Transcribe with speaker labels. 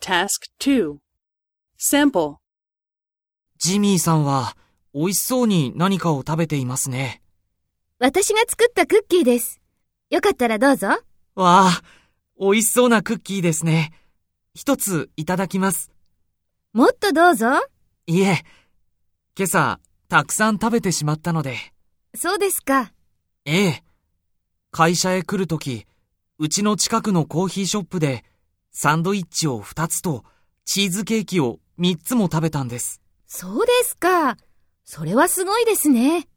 Speaker 1: Task 2 Sample
Speaker 2: ジミーさんは美味しそうに何かを食べていますね。
Speaker 3: 私が作ったクッキーです。よかったらどうぞ。
Speaker 2: わあ、美味しそうなクッキーですね。一ついただきます。
Speaker 3: もっとどうぞ。
Speaker 2: いえ、今朝たくさん食べてしまったので。
Speaker 3: そうですか。
Speaker 2: ええ。会社へ来るとき、うちの近くのコーヒーショップでサンドイッチを二つとチーズケーキを三つも食べたんです。
Speaker 3: そうですか。それはすごいですね。